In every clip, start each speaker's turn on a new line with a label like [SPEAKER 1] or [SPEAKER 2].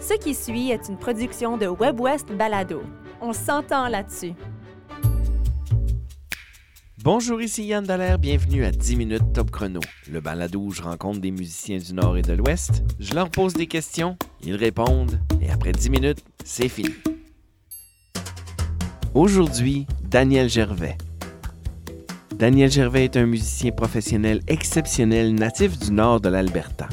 [SPEAKER 1] Ce qui suit est une production de WebWest Balado. On s'entend là-dessus.
[SPEAKER 2] Bonjour, ici Yann Dallaire, bienvenue à 10 minutes Top Chrono, le balado où je rencontre des musiciens du Nord et de l'Ouest, je leur pose des questions, ils répondent, et après 10 minutes, c'est fini. Aujourd'hui, Daniel Gervais. Daniel Gervais est un musicien professionnel exceptionnel natif du nord de l'Alberta.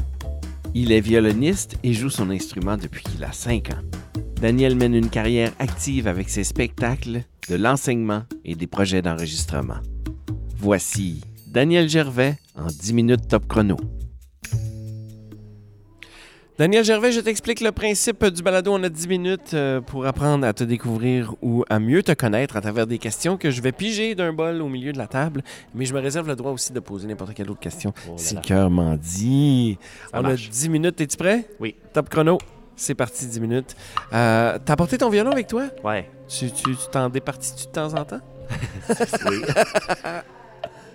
[SPEAKER 2] Il est violoniste et joue son instrument depuis qu'il a 5 ans. Daniel mène une carrière active avec ses spectacles, de l'enseignement et des projets d'enregistrement. Voici Daniel Gervais en 10 minutes top chrono. Daniel Gervais, je t'explique le principe du balado. On a 10 minutes euh, pour apprendre à te découvrir ou à mieux te connaître à travers des questions que je vais piger d'un bol au milieu de la table. Mais je me réserve le droit aussi de poser n'importe quelle autre question si le cœur m'en dit.
[SPEAKER 3] Ça
[SPEAKER 2] On
[SPEAKER 3] marche.
[SPEAKER 2] a 10 minutes. Es-tu prêt?
[SPEAKER 3] Oui.
[SPEAKER 2] Top chrono. C'est parti, 10 minutes. Euh, T'as apporté ton violon avec toi?
[SPEAKER 3] Ouais.
[SPEAKER 2] Tu tu- tu t'en départis-tu de temps en temps?
[SPEAKER 3] Oui.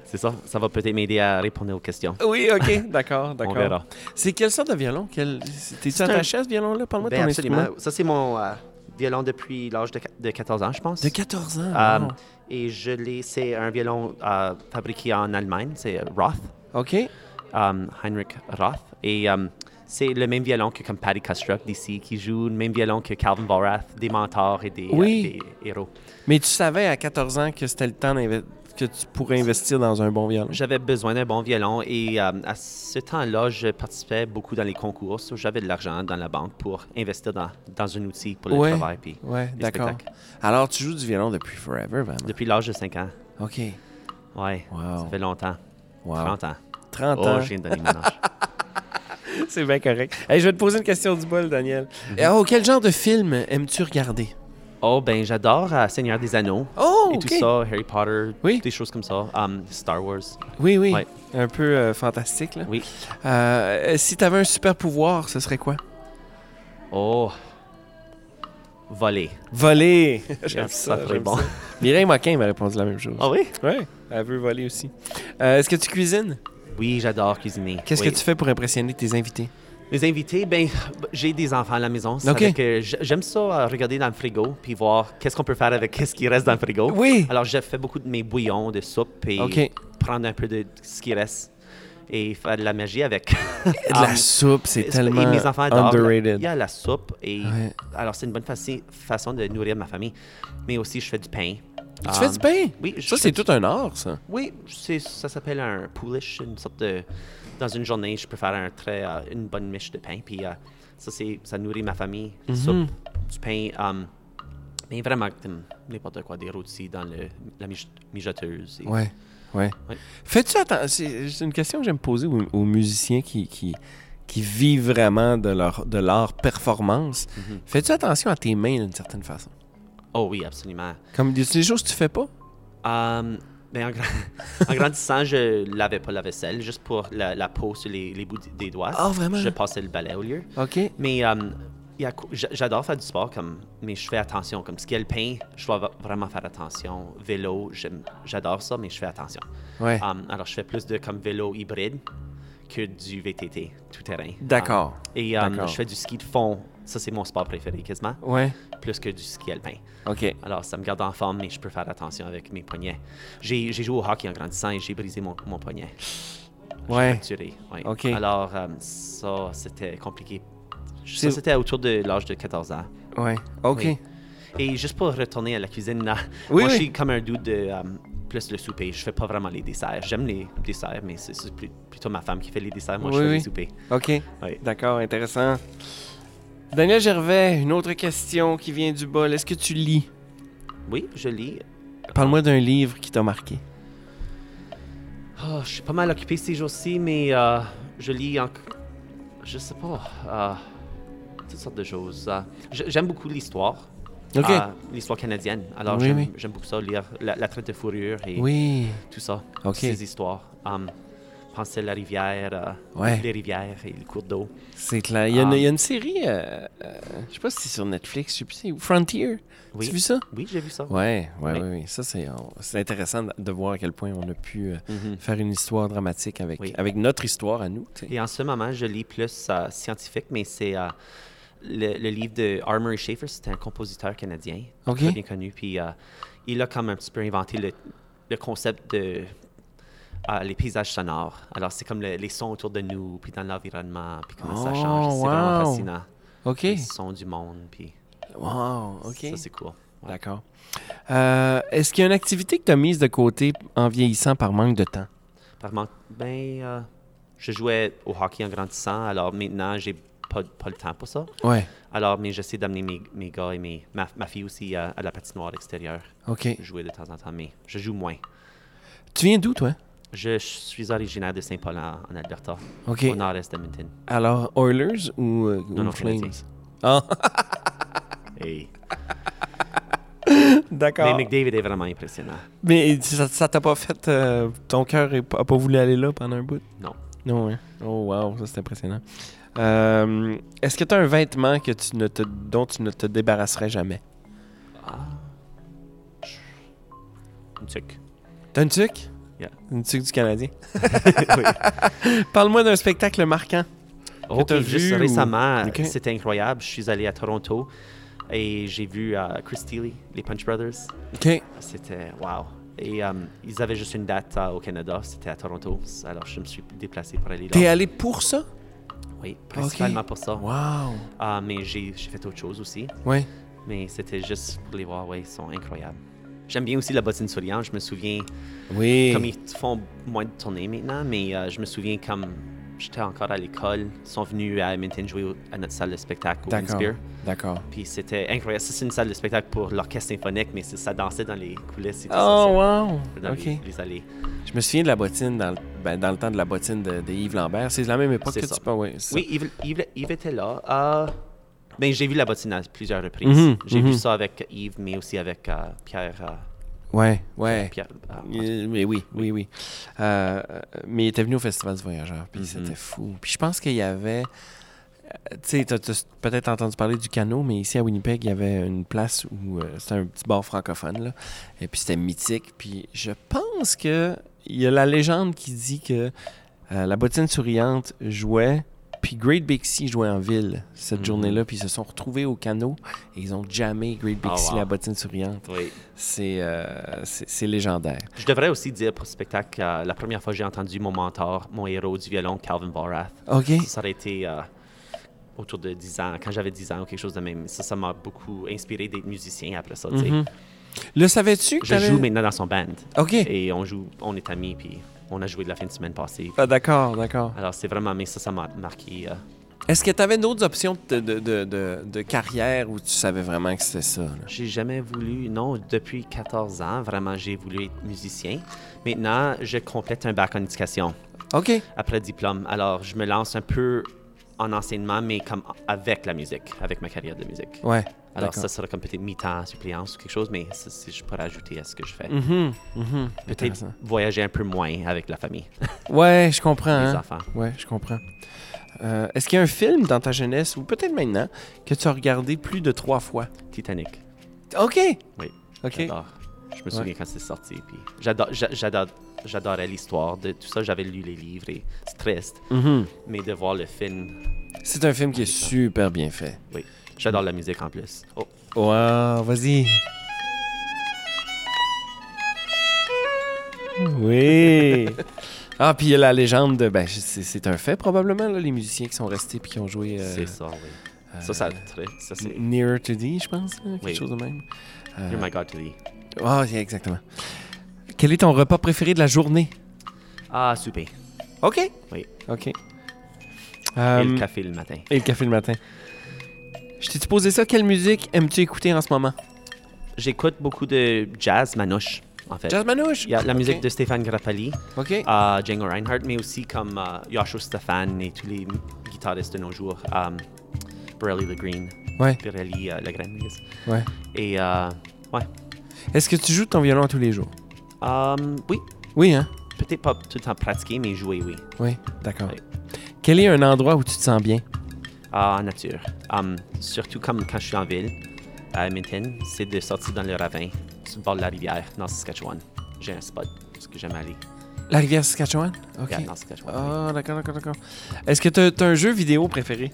[SPEAKER 3] C'est ça, ça va peut-être m'aider à répondre aux questions.
[SPEAKER 2] Oui, ok, d'accord,
[SPEAKER 3] On verra.
[SPEAKER 2] d'accord. C'est quelle sorte de violon? Quel... T'es-tu
[SPEAKER 3] un-
[SPEAKER 2] attaché à ce violon-là? Parle-moi de
[SPEAKER 3] Ben,
[SPEAKER 2] ton
[SPEAKER 3] absolument.
[SPEAKER 2] instrument.
[SPEAKER 3] Ça, c'est mon euh, violon depuis l'âge de, qua- de 14 ans, je pense.
[SPEAKER 2] De 14 ans?
[SPEAKER 3] Euh,
[SPEAKER 2] wow.
[SPEAKER 3] Et je l'ai, c'est un violon euh, fabriqué en Allemagne, c'est euh, Roth,
[SPEAKER 2] OK.
[SPEAKER 3] euh, Heinrich Roth. Et euh, c'est le même violon que comme Paddy Kustruck d'ici, qui joue le même violon que Calvin Borath, des mentors et des, euh,
[SPEAKER 2] Oui.
[SPEAKER 3] des héros.
[SPEAKER 2] Mais tu savais à 14 ans que c'était le temps d'inve- que tu pourrais investir dans un bon violon.
[SPEAKER 3] J'avais besoin d'un bon violon et euh, à ce temps-là, je participais beaucoup dans les concours. so J'avais de l'argent dans la banque pour investir dans, dans un outil pour le
[SPEAKER 2] Ouais.
[SPEAKER 3] travail. Puis
[SPEAKER 2] Ouais,
[SPEAKER 3] les
[SPEAKER 2] d'accord.
[SPEAKER 3] spectacles.
[SPEAKER 2] Alors, tu joues du violon depuis forever, vraiment?
[SPEAKER 3] Depuis l'âge de 5 ans.
[SPEAKER 2] OK.
[SPEAKER 3] Ouais.
[SPEAKER 2] Wow.
[SPEAKER 3] Ça fait longtemps.
[SPEAKER 2] Wow.
[SPEAKER 3] 30 ans.
[SPEAKER 2] 30
[SPEAKER 3] Oh,
[SPEAKER 2] ans.
[SPEAKER 3] je viens de donner mon âge.
[SPEAKER 2] C'est bien correct. Hey, je vais te poser une question du bol, Daniel.
[SPEAKER 3] Mhm.
[SPEAKER 2] Eh, Oh, quel genre de film aimes-tu regarder?
[SPEAKER 3] oh, ben, j'adore euh, Seigneur des Anneaux.
[SPEAKER 2] Oh,
[SPEAKER 3] Et
[SPEAKER 2] OK.
[SPEAKER 3] tout ça, Harry Potter,
[SPEAKER 2] Oui.
[SPEAKER 3] des choses comme ça. Um, Star Wars.
[SPEAKER 2] Oui, oui.
[SPEAKER 3] Ouais.
[SPEAKER 2] Un peu euh, fantastique, là.
[SPEAKER 3] Oui.
[SPEAKER 2] Euh, si t'avais un super pouvoir, ce serait quoi?
[SPEAKER 3] Oh. Voler.
[SPEAKER 2] Voler!
[SPEAKER 3] Yeah, serait bon.
[SPEAKER 2] Mireille Moquin m'a répondu la même chose.
[SPEAKER 3] Ah oui?
[SPEAKER 2] Ouais, elle veut voler aussi. Euh, Est-ce que tu cuisines?
[SPEAKER 3] Oui, j'adore cuisiner.
[SPEAKER 2] Qu'est-ce
[SPEAKER 3] Oui.
[SPEAKER 2] que tu fais pour impressionner tes invités?
[SPEAKER 3] Les invités, ben, j'ai des enfants à la maison. ça
[SPEAKER 2] Ok.
[SPEAKER 3] fait que j- j'aime ça euh, regarder dans le frigo puis voir qu'est-ce qu'on peut faire avec ce qui reste dans le frigo.
[SPEAKER 2] Oh. Oui!
[SPEAKER 3] Alors, j'ai fait beaucoup de mes bouillons de soupe et
[SPEAKER 2] Ok.
[SPEAKER 3] prendre un peu de ce qui reste et faire de la magie avec. Um,
[SPEAKER 2] De la soupe, c'est tellement
[SPEAKER 3] et mes enfants adorent.
[SPEAKER 2] underrated.
[SPEAKER 3] Il y a la soupe et
[SPEAKER 2] Ouais.
[SPEAKER 3] alors c'est une bonne faci- façon de nourrir ma famille. Mais aussi, je fais du pain. Um,
[SPEAKER 2] Tu fais du pain?
[SPEAKER 3] Oui, je
[SPEAKER 2] Ça,
[SPEAKER 3] fais
[SPEAKER 2] c'est
[SPEAKER 3] du-
[SPEAKER 2] tout un art, ça.
[SPEAKER 3] oui, c'est- ça s'appelle un poulish, une sorte de... Dans une journée, je peux faire un très, euh, une bonne miche de pain, puis euh, ça, c'est, ça nourrit ma famille,
[SPEAKER 2] Mhm.
[SPEAKER 3] la soupe, du pain, euh, mais vraiment hum, n'importe quoi, des rôtis dans le, la mij- mijoteuse. et-
[SPEAKER 2] Ouais, ouais.
[SPEAKER 3] Ouais.
[SPEAKER 2] Fais-tu attention... C'est c'est une question que j'aime poser aux, aux musiciens qui, qui, qui vivent vraiment de leur, de leur performance. Fais-tu attention à tes mains, d'une certaine façon?
[SPEAKER 3] Oh oui, absolument.
[SPEAKER 2] Comme, y a-tu des choses que tu fais pas?
[SPEAKER 3] Hum, ben, en, gra- en grandissant, je lavais pas la vaisselle, juste pour la, la peau sur les, les bouts des doigts.
[SPEAKER 2] Ah, vraiment?
[SPEAKER 3] Je passais le balai au lieu.
[SPEAKER 2] OK.
[SPEAKER 3] Mais euh, il y a co- j'a- j'adore faire du sport, comme, mais je fais attention. Comme ce qui est le pain, je dois va- vraiment faire attention. Vélo, j'aime- j'adore ça, mais je fais attention.
[SPEAKER 2] Ouais.
[SPEAKER 3] Um, alors, je fais plus de comme vélo hybride que du VTT tout terrain.
[SPEAKER 2] D'accord.
[SPEAKER 3] Um, et um,
[SPEAKER 2] D'accord.
[SPEAKER 3] je fais du ski de fond. Ça, c'est mon sport préféré quasiment,
[SPEAKER 2] Ouais.
[SPEAKER 3] plus que du ski alpin.
[SPEAKER 2] Ah. OK.
[SPEAKER 3] Alors, ça me garde en forme, mais je peux faire attention avec mes poignets. J'ai j'ai joué au hockey en grandissant et j'ai brisé mon, mon poignet.
[SPEAKER 2] Ouais.
[SPEAKER 3] Fracturé, ouais.
[SPEAKER 2] Ok.
[SPEAKER 3] Alors, euh, ça, c'était compliqué.
[SPEAKER 2] C'est-
[SPEAKER 3] Ça, c'était autour de l'âge de 14 ans.
[SPEAKER 2] Ouais. OK.
[SPEAKER 3] Oui. Et juste pour retourner à la cuisine, là,
[SPEAKER 2] Oui,
[SPEAKER 3] moi, je
[SPEAKER 2] oui.
[SPEAKER 3] suis comme un doute de euh, plus le souper. Je fais pas vraiment les desserts. J'aime les desserts, mais c'est c'est plus- plutôt ma femme qui fait les desserts. Moi,
[SPEAKER 2] Oui,
[SPEAKER 3] je fais
[SPEAKER 2] oui.
[SPEAKER 3] les soupers.
[SPEAKER 2] OK.
[SPEAKER 3] Oui.
[SPEAKER 2] D'accord, intéressant. Daniel Gervais, une autre question qui vient du bol. Est-ce que tu lis?
[SPEAKER 3] Oui, je lis.
[SPEAKER 2] Parle-moi d'un livre qui t'a marqué.
[SPEAKER 3] Ah, je suis pas mal occupé ces jours-ci, mais euh, je lis en... Je sais pas. euh, toutes sortes de choses. Euh, j- J'aime beaucoup l'histoire.
[SPEAKER 2] Ok.
[SPEAKER 3] Euh, l'histoire canadienne. Alors,
[SPEAKER 2] Oui,
[SPEAKER 3] j'aime
[SPEAKER 2] oui.
[SPEAKER 3] j'aime beaucoup ça, lire la, la traite de fourrure et
[SPEAKER 2] Oui.
[SPEAKER 3] tout ça.
[SPEAKER 2] Ok.
[SPEAKER 3] Ces histoires. Um, penser à la rivière, euh,
[SPEAKER 2] Ouais.
[SPEAKER 3] les rivières et le cours d'eau.
[SPEAKER 2] C'est clair. Il y a, une,
[SPEAKER 3] Ah.
[SPEAKER 2] il y a une série, euh, euh, je sais pas si c'est sur Netflix, je sais plus c'est où, Frontier.
[SPEAKER 3] Oui.
[SPEAKER 2] Tu as vu ça?
[SPEAKER 3] Oui, j'ai vu ça.
[SPEAKER 2] Ouais, ouais,
[SPEAKER 3] Oui.
[SPEAKER 2] ouais, oui. Ça, c'est, on- c'est intéressant de- de voir à quel point on a pu euh,
[SPEAKER 3] Mhm.
[SPEAKER 2] faire une histoire dramatique avec,
[SPEAKER 3] Oui.
[SPEAKER 2] avec notre histoire à nous. tu sais.
[SPEAKER 3] Et en ce moment, je lis plus euh, scientifique, mais c'est euh, le, le livre de Armory Schaefer, c'est un compositeur canadien
[SPEAKER 2] OK.
[SPEAKER 3] très bien connu. Puis euh, il a comme un petit peu inventé le, le concept de euh, les paysages sonores. Alors c'est comme le- les sons autour de nous, puis dans l'environnement, puis comment ça
[SPEAKER 2] Oh,
[SPEAKER 3] change. C'est vraiment
[SPEAKER 2] wow.
[SPEAKER 3] fascinant.
[SPEAKER 2] OK.
[SPEAKER 3] Les sons du monde, puis
[SPEAKER 2] Wow, OK.
[SPEAKER 3] ça c'est cool. Ouais.
[SPEAKER 2] D'accord. Euh, Est-ce qu'il y a une activité que tu as mise de côté en vieillissant par manque de temps?
[SPEAKER 3] Par manque- ben, euh, je jouais au hockey en grandissant, alors maintenant j'ai pas, pas le temps pour ça.
[SPEAKER 2] Ouais.
[SPEAKER 3] Alors, mais j'essaie d'amener mes, mes gars et mes, ma, ma fille aussi euh, à, à la patinoire extérieure.
[SPEAKER 2] OK.
[SPEAKER 3] Jouer de temps en temps, mais je joue moins.
[SPEAKER 2] Tu viens d'où, toi?
[SPEAKER 3] Je suis originaire de Saint-Paul en, en Alberta,
[SPEAKER 2] OK.
[SPEAKER 3] au nord-est d'Edmonton.
[SPEAKER 2] Alors, Oilers ou, euh, ou
[SPEAKER 3] Non, non,
[SPEAKER 2] Flames?
[SPEAKER 3] Canadiens.
[SPEAKER 2] Ah,
[SPEAKER 3] Hey. Mais
[SPEAKER 2] d'accord. Mais,
[SPEAKER 3] McDavid est vraiment impressionnant.
[SPEAKER 2] ça ça t'a pas fait... euh, ton cœur est- a pas voulu aller là pendant un bout?
[SPEAKER 3] Non.
[SPEAKER 2] Non, hein? Oh, wow, ça c'est impressionnant. Euh, Est-ce que tu as un vêtement que tu ne te, dont tu ne te débarrasserais jamais?
[SPEAKER 3] Ah. Une tuque.
[SPEAKER 2] T'as une tuque?
[SPEAKER 3] Yeah.
[SPEAKER 2] Une tuque du Canadien.
[SPEAKER 3] Oui.
[SPEAKER 2] Parle-moi d'un spectacle marquant.
[SPEAKER 3] Ok,
[SPEAKER 2] t'as
[SPEAKER 3] juste
[SPEAKER 2] vu ou-
[SPEAKER 3] récemment,
[SPEAKER 2] Ok.
[SPEAKER 3] c'était incroyable. Je suis allé à Toronto et j'ai vu euh, Chris Steele, les Punch Brothers.
[SPEAKER 2] OK.
[SPEAKER 3] C'était wow. Et euh, ils avaient juste une date euh, au Canada, c'était à Toronto. Alors je me suis déplacé pour aller
[SPEAKER 2] T'es
[SPEAKER 3] là.
[SPEAKER 2] allé pour ça?
[SPEAKER 3] Oui, principalement pour ça.
[SPEAKER 2] Wow.
[SPEAKER 3] Ah, mais j'ai j'ai fait autre chose aussi.
[SPEAKER 2] Ouais.
[SPEAKER 3] Mais c'était juste pour les voir, oui, ils sont incroyables. J'aime bien aussi la bottine souriante. Je me souviens,
[SPEAKER 2] Oui.
[SPEAKER 3] comme ils font moins de tournées maintenant, mais euh, je me souviens comme j'étais encore à l'école, ils sont venus à Edmonton jouer au- à notre salle de spectacle au
[SPEAKER 2] D'accord.
[SPEAKER 3] Windspear.
[SPEAKER 2] D'accord.
[SPEAKER 3] Puis c'était incroyable. Ça, c'est une salle de spectacle pour l'orchestre symphonique, mais c'est- ça dansait dans les coulisses et tout ça,
[SPEAKER 2] Oh, wow.
[SPEAKER 3] ça, dans
[SPEAKER 2] OK.
[SPEAKER 3] les, les allées.
[SPEAKER 2] Je me souviens de la bottine, dans le, ben, dans le temps de la bottine de, de Yves Lambert. C'est la même époque
[SPEAKER 3] C'est
[SPEAKER 2] que
[SPEAKER 3] ça.
[SPEAKER 2] tu parles. ouais, c'est ça.
[SPEAKER 3] Oui, Yves, Yves- Yves était là. Euh, ben, j'ai vu la bottine à plusieurs reprises.
[SPEAKER 2] Mhm,
[SPEAKER 3] j'ai
[SPEAKER 2] mhm.
[SPEAKER 3] vu ça avec Yves, mais aussi avec euh, Pierre. euh,
[SPEAKER 2] Ouais, ouais.
[SPEAKER 3] Pierre euh,
[SPEAKER 2] Euh, Mais oui, oui, oui. Euh, euh, mais il était venu au Festival du Voyageur, puis
[SPEAKER 3] Mhm.
[SPEAKER 2] c'était fou. Puis je pense qu'il y avait. euh, Tu sais, t'as t'as peut-être entendu parler du canot, mais ici à Winnipeg, il y avait une place où euh, c'était un petit bar francophone, là. Et puis c'était mythique. Puis je pense que. Il y a la légende qui dit que euh, la bottine souriante jouait, puis Great Big Sea jouait en ville cette
[SPEAKER 3] Mhm.
[SPEAKER 2] journée-là, puis ils se sont retrouvés au canot et ils ont jamais Great Big
[SPEAKER 3] Oh,
[SPEAKER 2] Sea,
[SPEAKER 3] wow.
[SPEAKER 2] la bottine souriante.
[SPEAKER 3] oui.
[SPEAKER 2] C'est euh, c'est- c'est légendaire.
[SPEAKER 3] Je devrais aussi dire pour ce spectacle, euh, la première fois que j'ai entendu mon mentor, mon héros du violon, Calvin Borath,
[SPEAKER 2] OK.
[SPEAKER 3] ça aurait été euh, autour de 10 ans, quand j'avais 10 ans ou quelque chose de même. Ça, ça m'a beaucoup inspiré d'être musicien après ça. tu sais.
[SPEAKER 2] Mhm. Le savais-tu que
[SPEAKER 3] Je
[SPEAKER 2] t'avais-
[SPEAKER 3] joue maintenant dans son band.
[SPEAKER 2] OK.
[SPEAKER 3] Et on joue, on est amis, puis on a joué de la fin de semaine passée.
[SPEAKER 2] Ah, d'accord, d'accord.
[SPEAKER 3] Alors c'est vraiment, mais ça, ça m'a marqué. euh,
[SPEAKER 2] Est-ce que tu avais d'autres options de, de, de, de- de carrière où tu savais vraiment que c'était ça? là?
[SPEAKER 3] J'ai jamais voulu, non, depuis 14 ans, vraiment, j'ai voulu être musicien. Maintenant, je complète un bac en éducation
[SPEAKER 2] OK.
[SPEAKER 3] après diplôme. Alors, je me lance un peu en enseignement, mais comme avec la musique, avec ma carrière de musique.
[SPEAKER 2] Ouais.
[SPEAKER 3] Alors,
[SPEAKER 2] d'accord.
[SPEAKER 3] ça sera comme peut-être mi-temps, suppléance ou quelque chose, mais ça, c'est- je pourrais ajouter à ce que je fais.
[SPEAKER 2] Mhm, mhm.
[SPEAKER 3] Peut-être
[SPEAKER 2] Intéressant.
[SPEAKER 3] voyager un peu moins avec la famille,
[SPEAKER 2] Ouais, je comprends.
[SPEAKER 3] les
[SPEAKER 2] hein.
[SPEAKER 3] enfants.
[SPEAKER 2] Ouais, je comprends. Euh, Est-ce qu'il y a un film dans ta jeunesse ou peut-être maintenant que tu as regardé plus de trois fois?
[SPEAKER 3] Titanic,
[SPEAKER 2] OK.
[SPEAKER 3] Oui,
[SPEAKER 2] OK.
[SPEAKER 3] j'adore. Je me souviens quand c'est sorti. Puis j'adore, j'a- j'adore, j'adorais l'histoire de tout ça. J'avais lu les livres et c'est triste,
[SPEAKER 2] Mhm.
[SPEAKER 3] mais de voir le film,
[SPEAKER 2] C'est un film qui est super bien fait.
[SPEAKER 3] oui. J'adore la musique en plus. Oh,
[SPEAKER 2] Wow, vas-y. Oui. Ah, puis il y a la légende de. Ben, c'est c'est un fait probablement, là, les musiciens qui sont restés puis qui ont joué. euh,
[SPEAKER 3] c'est ça, oui. ça, ça, très, ça c'est.
[SPEAKER 2] Nearer to Thee, je pense, hein, quelque
[SPEAKER 3] Oui.
[SPEAKER 2] chose de même. Euh,
[SPEAKER 3] You're my God to thee.
[SPEAKER 2] Ah, c'est exactement. Quel est ton repas préféré de la journée?
[SPEAKER 3] Ah, souper.
[SPEAKER 2] OK.
[SPEAKER 3] Oui.
[SPEAKER 2] OK.
[SPEAKER 3] Et
[SPEAKER 2] Euh,
[SPEAKER 3] le café le matin.
[SPEAKER 2] et le café le matin. Je t'ai-tu posé ça? Quelle musique aimes-tu écouter en ce moment?
[SPEAKER 3] J'écoute beaucoup de jazz manouche, en fait.
[SPEAKER 2] Jazz Manouche?
[SPEAKER 3] Il y a la musique de Stéphane Grappelli,
[SPEAKER 2] OK.
[SPEAKER 3] euh, Django Reinhardt, mais aussi comme euh, Yasho Stefan et tous les guitaristes de nos jours. Um, Borelli the Green,
[SPEAKER 2] Ah, Ouais,
[SPEAKER 3] Borelli euh, la Grande Mise.
[SPEAKER 2] ouais.
[SPEAKER 3] Et euh, ouais.
[SPEAKER 2] Est-ce que tu joues de ton violon tous les jours?
[SPEAKER 3] Um, oui,
[SPEAKER 2] Oui, hein?
[SPEAKER 3] peut-être pas tout le temps pratiquer, mais jouer, oui.
[SPEAKER 2] Oui, d'accord.
[SPEAKER 3] Oui.
[SPEAKER 2] Quel est un endroit où tu te sens bien?
[SPEAKER 3] Ah, en nature. Um, surtout comme quand je suis en ville, à Edmonton, c'est de sortir dans le ravin, sur le bord de la rivière, dans Saskatchewan. J'ai un spot, parce que j'aime aller.
[SPEAKER 2] La rivière Saskatchewan? OK.
[SPEAKER 3] Yeah, dans Saskatchewan. oui.
[SPEAKER 2] Ah, d'accord, d'accord, d'accord. Est-ce que tu as, un jeu vidéo préféré?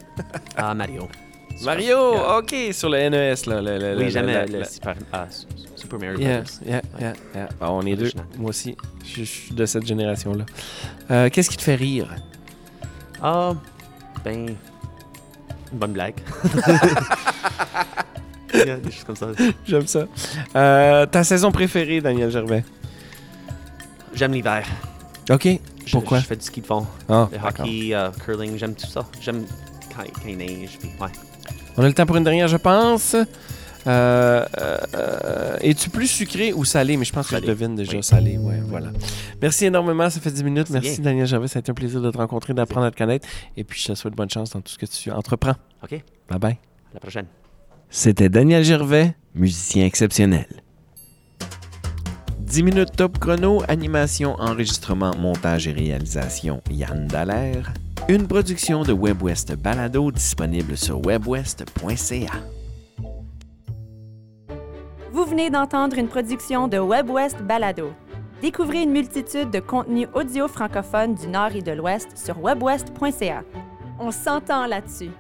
[SPEAKER 3] Ah, Mario. Super-
[SPEAKER 2] Mario,
[SPEAKER 3] yeah.
[SPEAKER 2] ok, sur le NES, là. Le, le- le-
[SPEAKER 3] Oui, j'aime
[SPEAKER 2] la-
[SPEAKER 3] le,
[SPEAKER 2] la-
[SPEAKER 3] Super, ah, Su- Super Mario
[SPEAKER 2] Yeah,
[SPEAKER 3] Brothers.
[SPEAKER 2] yeah, yeah, yeah. Ah, on est deux.
[SPEAKER 3] Original.
[SPEAKER 2] Moi aussi. Je je suis de cette génération-là. Euh, Qu'est-ce qui te fait rire?
[SPEAKER 3] Ah, ben. Une bonne blague. Yeah, des choses comme ça.
[SPEAKER 2] J'aime ça. Euh, ta saison préférée, Daniel Gervais?
[SPEAKER 3] J'aime l'hiver.
[SPEAKER 2] OK.
[SPEAKER 3] Je-
[SPEAKER 2] Pourquoi?
[SPEAKER 3] Je fais du ski de fond.
[SPEAKER 2] Ah,
[SPEAKER 3] Le
[SPEAKER 2] d'accord.
[SPEAKER 3] hockey, euh, curling, j'aime tout ça. J'aime quand, quand il neige. Puis, ouais.
[SPEAKER 2] On a le temps pour une dernière, je pense. Euh, euh, euh, Es-tu plus sucré ou salé? Mais je pense que
[SPEAKER 3] Salé.
[SPEAKER 2] je devine déjà
[SPEAKER 3] Oui.
[SPEAKER 2] salé. Ouais, voilà. Merci énormément. Ça fait 10 minutes. Merci,
[SPEAKER 3] bien.
[SPEAKER 2] Daniel Gervais. Ça a été un plaisir de te rencontrer, d'apprendre à te connaître. Et puis, je te souhaite bonne chance dans tout ce que tu entreprends.
[SPEAKER 3] OK, à
[SPEAKER 2] Bye bye.
[SPEAKER 3] la prochaine.
[SPEAKER 2] C'était Daniel Gervais, musicien exceptionnel. 10 minutes top chrono, animation, enregistrement, montage et réalisation, Yann Dallaire. Une production de WebWest Balado disponible sur webwest.ca.
[SPEAKER 1] Vous venez d'entendre une production de WebWest Balado. Découvrez une multitude de contenus audio francophones du Nord et de l'Ouest sur webwest.ca. On s'entend là-dessus.